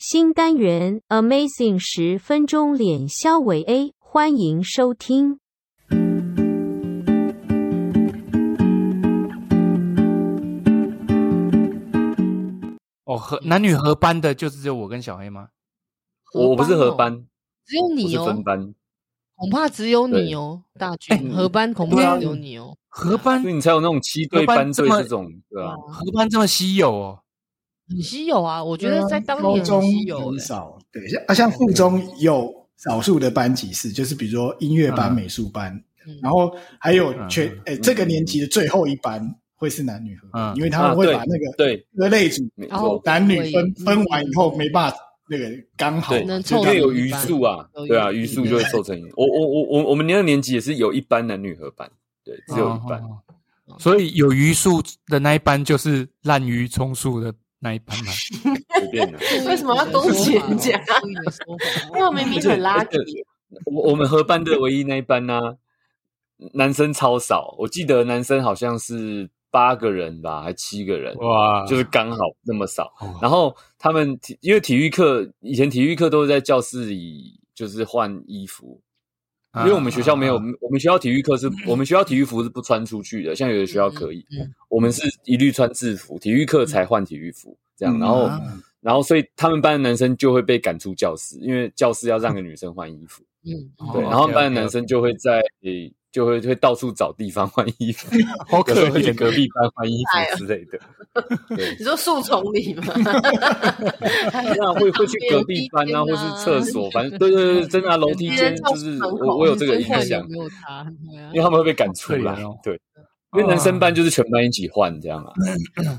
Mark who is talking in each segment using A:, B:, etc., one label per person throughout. A: 新单元 Amazing 十分钟脸肖伟 A，欢迎收听。
B: 哦，合男
C: 嗯
B: 女合班的，就是只有我跟小黑吗？
C: 我我不是合
D: 哦，
C: 班，
D: 只有
C: 我
D: 你
C: 是
D: 哦
C: 分，班，
D: 恐怕只有
C: 对哎
D: 你哦，大军合班恐
B: 对啊
D: 怕只有你哦，
B: 合班
C: 所以你才有那种七对
B: 合班
C: 班
B: 这
C: 对
B: 么哦
C: 这种，对啊，
B: 合班这么稀有哦，
D: 很稀有啊，我觉
E: 对
D: 得
E: 啊
D: 在当
E: 高
D: 年很
E: 中
D: 稀有
E: 很
D: 欸
E: 少，对，像啊，像附中有少数的班级是，就是比如说音乐班、
B: 嗯
E: 美术班，
D: 嗯
E: 然后还有
B: 嗯
E: 全
B: 嗯
E: 诶这个年级的最后一班会是男女合班，
B: 嗯
E: 因为他们会把那个
C: 啊对，
E: 各类组
C: 没
D: 然
C: 错
D: 后，
E: 男女
D: 哦
E: 分
D: 对嗯
E: 分完以后没办法那个刚好
C: 对
D: 能
E: 就
D: 凑
C: 因
E: 这
C: 为
E: 样
C: 有
D: 成一
C: 余
D: 班
C: 数啊，
D: 有
C: 对啊，
D: 余
C: 余
D: 数
C: 数就会凑成一。我我我我我们那个年级也是有一班男女合班，对，只有一班
B: 哦。。哦哦所以有余数的那一班就是滥竽充数的那一 班嘛。
C: 随便的。
F: 为什么要攻击人家
D: 故意的说法
F: 因为我明明很垃圾，
C: 我我们合班的唯一那一班呢、男生超少，我记得男生好像是八个人吧，还七个人，
B: 哇
C: 就是刚好那么少。
B: 啊哦
C: 然后他们体因为体育课以前体育课都是在教室里就是换衣服，因为我们学校没有，
B: 啊
C: 我们学校体育课是我们学校体育服是不穿出去的，像有的学校可以，
D: 嗯嗯
C: 我们是一律穿制服，体育课
B: 嗯
C: 才换体育服这样。
E: 嗯
C: 然后
E: 啊
C: 然后所以他们班的男生就会被赶出教室，因为教室要让个女生换衣服。
D: 嗯，
B: 哦
C: 对，
B: OK，
C: 然后班的
B: OK，
C: 男生就会在诶就会会到处找地方换衣服，
B: 好
C: 有
B: 可
C: 时候会去
B: 怜
C: 隔壁班换衣
F: 哎呀
C: 服之类的。对，
F: 你说树丛里吗？
C: 那会会去隔壁班啊，
D: 楼
C: 或
D: 梯间啊
C: 是厕所，反正对对对，真的啊，楼梯间就是我我有这个印
D: 哦真坏
C: 象
D: 嗯有，没有他？对啊
C: 因为他们会被赶出
B: 好可
C: 来
B: 怜哦。
C: 对，因为男生班就是全班一起换这样啊。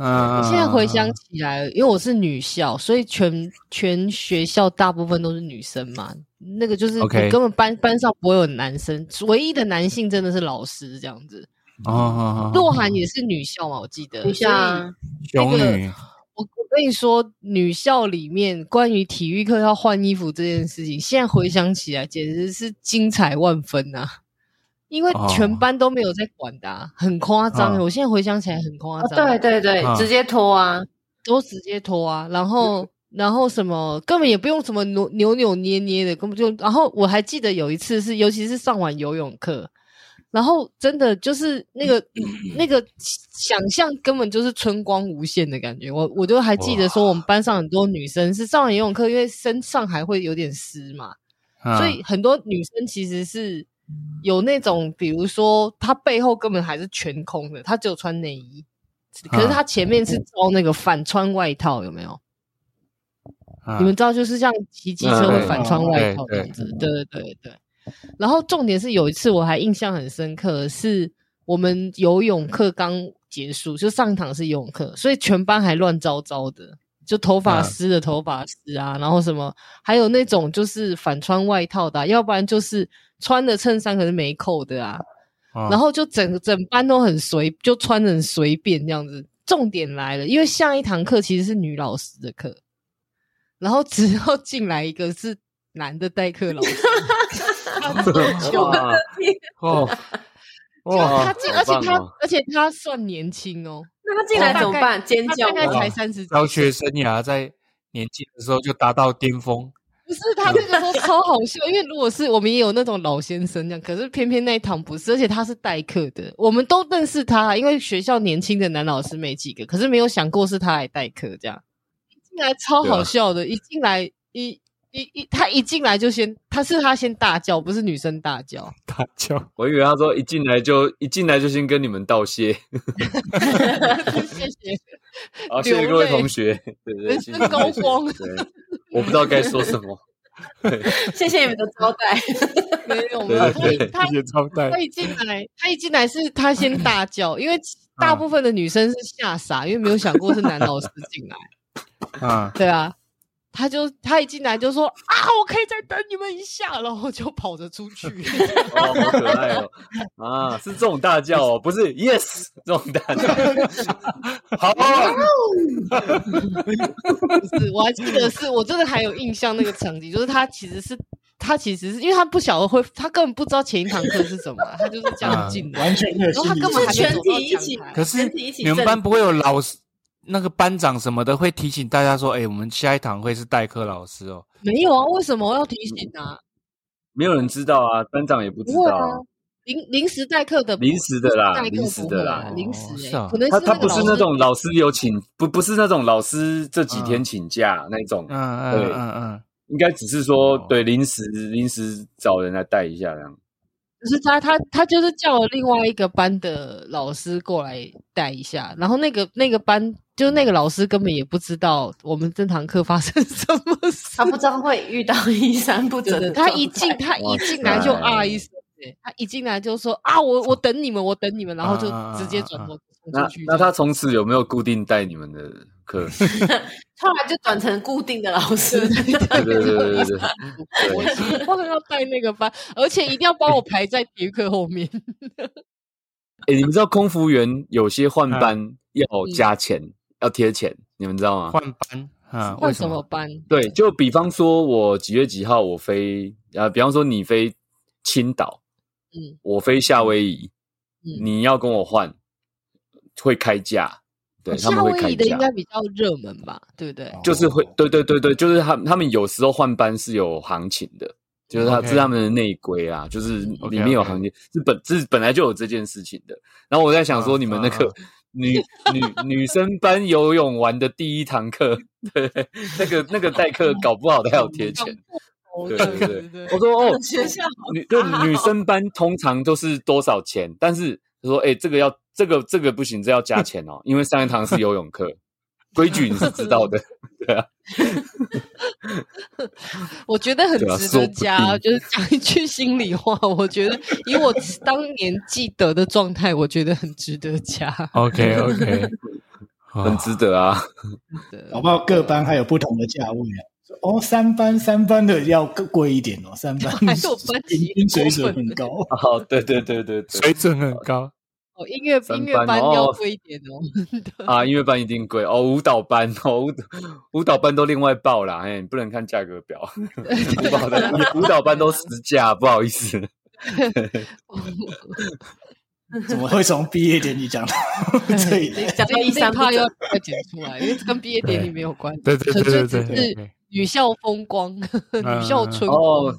B: 嗯
D: 我现在回想
B: 嗯
D: 起来，因为我是女校，所以全全学校大部分都是女生嘛。那个就是你
B: OK
D: 根本班班上不会有男生，唯一的男性真的是老师这样子。
B: 哦哦，
D: 洛涵也是女校嘛，我记得。
F: 等一下啊，
B: 熊女
D: 我我跟你说，女校里面关于体育课要换衣服这件事情，现在回想起来简直是精彩万分呐、因为
B: 哦
D: 全班都没有在管的、啊，很夸张、
B: 嗯
D: 我现在回想起来很夸
F: 哦
D: 张、
F: 对对对
B: 啊，
F: 直接脱啊！
D: 都直接脱啊，然后然后什么根本也不用什么扭扭扭捏捏的，根本就然后我还记得有一次是，尤其是上完游泳课，然后真的就是那个那个想象根本就是春光无限的感觉。我我就还记得说，我们班上很多女生是上完游泳课，因为身上还会有点湿嘛，
B: 嗯啊
D: 所以很多女生其实是有那种，比如说她背后根本还是全空的，她只有穿内衣，可是她前面是招那个反穿外套，有没有？
B: 啊
D: 你们知道，就是像骑机车会反穿外套这样子，嗯对对对对。然后重点是有一次我还印象很深刻，是我们游泳课刚结束，就上一堂是游泳课，所以全班还乱糟糟的，就头发
B: 嗯
D: 湿的头发湿啊，然后什么，还有那种就是反穿外套的啊、要不然就是穿的衬衫可是没扣的啊，
B: 然
D: 然后就整整班都很随，就穿的很随便这样子。重点来了，因为下一堂课其实是女老师的课，然后只要进来一个是男的代课 老师，
C: 哇，
B: 哦
D: 就他进，而且
C: 好棒
D: 他
C: 哦
D: 而且他算年轻哦，
F: 那他进来怎么办？尖
D: 他
F: 叫
D: 大概
F: 吗？
D: 才三十几
B: 小
D: 岁，
B: 学生涯在年纪的时候就达到巅峰，
D: 不是他那个时候超好 笑，因为如果是我们也有那种老先生这样，可是偏偏那一堂不是，而且他是代课的，我们都认识他，因为学校年轻的男老师没几个，可是没有想过是他来代课这样。一进来超好笑
C: 啊
D: 的，一进来一一一他一进来就先他是他先大叫，不是女生大叫，
B: 他就
C: 我以为他说一进来就一进来就先跟你们道谢，
D: 谢 谢。
C: 好，谢谢各
D: 流
C: 位
D: 泪
C: 同学， 对对，
D: 人
C: 谢
D: 生
C: 谢各位
D: 高
C: 同
D: 光
C: 学对，我不知道该说什么。
F: 谢谢你们的招待。
D: 没有没有，他
C: 对对
D: 一
C: 对
D: 他
B: 也招待
D: 他一进来，他一进来是他先大叫，因为
C: 啊
D: 大部分的女生是吓傻，因为没有想过是男老师进来。
B: 啊，
D: 对啊，他就他一进来就说啊，我可以再等你们一下，然后就跑着出去。
C: 哦，好可爱哦！啊，是这种大叫哦，不是 yes 这种大叫， 好啊，
D: 就是我还记得是我真的还有印象那个场景，就是他其实是他其实是因为他不晓得会，他根本不知道前一堂课是什么，啊他就是
C: 啊
D: 这样进来。
E: 完全没有
D: 然后他
E: 心理
D: 根本还
E: 准备
D: 没
F: 全
D: 走到
F: 体一起
D: 讲台
B: 可是
F: 全体一起
B: 你们班不会有老师那个班长什么的会提醒大家说，哎、我们下一堂会是代课老师哦。
D: 没有啊，为什么要提醒啊？
C: 没有人知道啊，班长也不知
D: 不会
C: 道
D: 啊
C: 啊。
D: 临临时代课的不
C: 临时的啦
D: 代课
C: 临时
D: 不
C: 的
D: 会
C: 啦
D: 啊临时
B: 哦
D: 欸
B: 是啊
D: 可能
C: 他
D: 是
C: 他
D: 个
C: 不是
D: 老
C: 那
D: 师
C: 种老师有请，不不是那种老师这几天请假那种，
B: 嗯嗯
C: 对
B: 嗯嗯，
C: 应该只是说
B: 哦
C: 对临时临时找人来带一下这样。
D: 就是他他他就是叫了另外一个班的老师过来带一下，然后那个那个班就那个老师根本也不知道我们这堂课发生什么事
F: 他，不知道会遇到衣衫不整
D: 对
F: 的
D: 对
F: 状
D: 他
F: 态。
D: 一进他
C: 哇
D: 一进来就
C: 塞
D: 啊一声，对他一进来就说啊我我等你们我等你们，然后就直接转头冲
C: 啊那
D: 出去。
C: 那他从此有没有固定带你们的课？
F: 后来就转成固定的老师，
C: 对对对对对对，哎
D: 我希望要带那个班，而且一定要把我排在体育课后 面。
C: 哎、你们知道空服员有些换班
D: 嗯
C: 要加钱，要贴钱，你们知道吗？
B: 换班啊？为
D: 换什么？班？
C: 对，就比方说，我几月几号我飞啊？比方说你飞青岛，
D: 嗯，
C: 我飞夏威夷，
D: 嗯
C: 你要跟我换，会开价，对他
D: 哦夏
C: 们会
D: 威
C: 开
D: 夷的应
C: 价，
D: 该比较热门吧，对不对？
C: 就是会，对对对对，就是他他们有时候换班是有行情的。就是他
B: OK
C: 是他们的内规啊，就是里
B: OK，
C: 面有
B: OK
C: 行情，是本是本来就有这件事情的。然后我在想说，
B: 嗯
C: 你们那个
B: 嗯
C: 女女女生班游泳完的第一堂课，对，那个那个代课搞不好他要贴钱。
D: 哦
C: 对对对
D: 对
C: 我说 哦，
F: 学校
C: 女就
F: 大哦
C: 女生班通常都是多少钱？但是他说，哎、这个要这个这个不行，这要加钱哦，因为上一堂是游泳课，规矩你是知道的。
D: 我觉得很
C: 对啊
D: 值
C: 说
D: 得
C: 不
D: 加，
C: 定
D: 就是讲一句心里话，我觉得以我当年记得的状态，我觉得很值得加
B: OK OK，
C: 很
B: 哦
C: 值得啊！
E: 搞
D: 的。
E: 不好各班还有不同的价位啊。哦，三班三班的要更贵一点哦，三班
D: 还有班级
E: 平均水准很高，
C: 哦，对对对对对
B: 水准很高。
D: 哦，音乐
C: 三
D: 音乐
C: 班
D: 班
C: 哦
D: 要贵一点 哦。
C: 啊，音乐班一定贵哦，舞蹈班哦，舞舞蹈班都另外报啦，哎、你不能看价格表， 舞蹈班舞蹈班都实价，不好意思。
E: 怎么会从毕业典礼讲到 这里来？
F: 讲到
D: 这
F: 衣
D: 一
F: 衫不
D: 趴又
F: 整
D: 要，要剪出来，因为这跟毕业典礼没有关系。
B: 对对对对对
D: 纯粹
B: 对
D: 只
B: 对
D: 是，女校风光， 女校春光。
C: 哦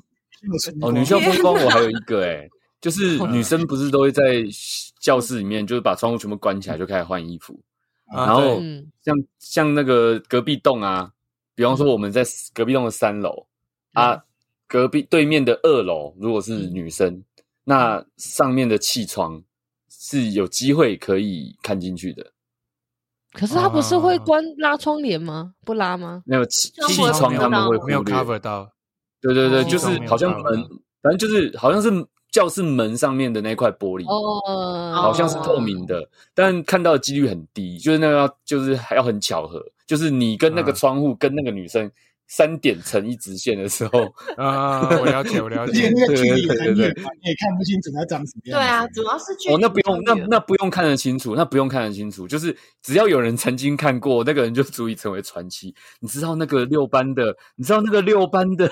C: 哦，女校风光我还有一个哎、就是女生不是都会在教室里面，就是把窗户全部关起来就开始换衣服，
B: 啊
C: 然后
B: 对
D: 嗯，
C: 像像那个隔壁栋啊，比方说我们在隔壁栋的三楼
D: 嗯
C: 啊，隔壁对面的二楼如果是女生，那上面的气窗是有机会可以看进去的。
D: 可是他不是会
B: 啊
D: 关拉窗帘吗？不拉吗？
C: 那个气
F: 窗户
C: 气
F: 有
C: 窗他们会忽
B: 没有
C: 略
B: cover 到，
C: 对对对，
D: 哦
C: 就是
D: 气窗没
B: 有
C: 好像
B: cover
C: 门
B: 到，
C: 反正就是好像是教室门上面的那块玻璃，
D: 哦，
C: 好像是透明的，但看到的几率很低，就是那个要就是还要很巧合，就是你跟那个
B: 嗯
C: 窗户跟那个女生三点成一直线的时候，
B: 啊，我了解，我了
E: 而且
B: 解。
E: 那个距
C: 对对
E: 离
C: 对
E: 很
C: 对
E: 远嘛，你也看不清楚它长什么
F: 对
E: 样。
F: 啊，，主要是去
C: 哦，那不用，那那不用看得清楚，那不用看得清楚，就是只要有人曾经看过，那个人就足以成为传奇。你知道那个六班的，你知道那个六班的，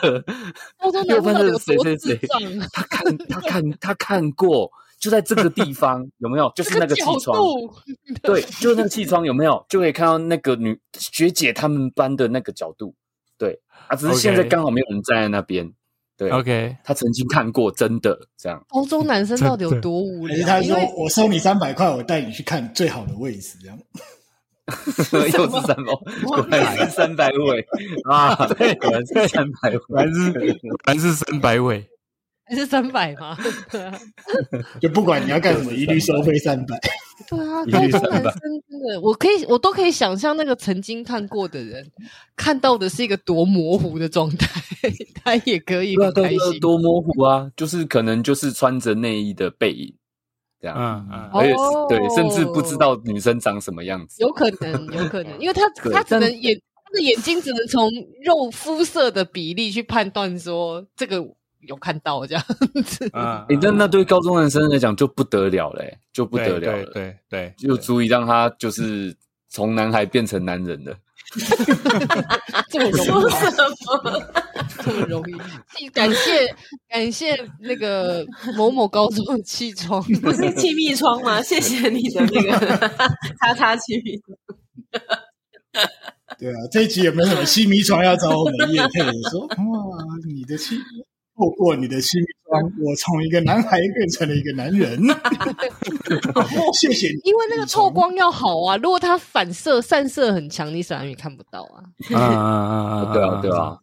D: 高中男
C: 六
D: 生
C: 班
D: 到底
C: 的
D: 有
C: 谁
D: 多
C: 谁
D: 智
C: 谁，
D: 障啊？
C: 他看他看他看过，就在这个地方，有没有？就是那个气
D: 角
C: 窗，
D: 度，
C: 对，就是那个气窗有没有，就可以看到那个女学姐她们班的那个角度。对啊，只是现在
B: OK
C: 刚好没有人站在那边。对
B: OK，
C: 他曾经看过，真的这样。
D: 高中男生到底有多无
E: 可是
D: 聊？
E: 他
D: 因
E: 说
D: 为
E: 我收你三百块，我带你去看最好的位置，这样。
C: 又是三百，果然是三百尾啊！对，果然是三百尾，
B: 果然是果然是三百尾，
D: 还是三百吗？ 对啊，
E: 就不管你要干什么，一律收费三百。
D: 对啊，
C: 一
D: 高
C: 律
D: 中
C: 300
D: 男生真的，我可以，我都可以想象那个曾经看过的人，看到的是一个多模糊的状态， 他也可以
C: 对啊，
D: 很
C: 对啊
D: 开
C: 对
D: 心
C: 啊，。多模糊啊！就是可能就是穿着内衣的背影这样，
B: 嗯嗯，
D: 哦
C: 而且对，甚至不知
B: 哦
C: 道女生长什么样子。
D: 有可能，有可能，因为他
C: 对
D: 他只
C: 但
D: 能眼他的眼睛只能从肉肤色的比例去判断说这个有看到这样 子。
B: 啊，
C: 诶但那对高中男生来讲就不得了嘞、就
B: 不
C: 不得了了，
B: 对对，
C: 就足以让他就是从男孩变成男人了。
D: 这么容易
F: 说
D: 吗，
F: 什么？
D: 这么容易。感谢感谢那个某某高中的气窗，
F: 不是气密窗吗？谢谢你的那个叉叉气密窗。
E: 对啊，这一集有没有什么七米床要找我们叶配？我说哇，你的七透过你的七米床，我从一个男孩变成了一个男人。谢谢你，
D: 因为那个透光要好啊，如果它反射散射很强，你显然也看不到啊。
B: 啊啊啊啊！
C: 对啊，对啊，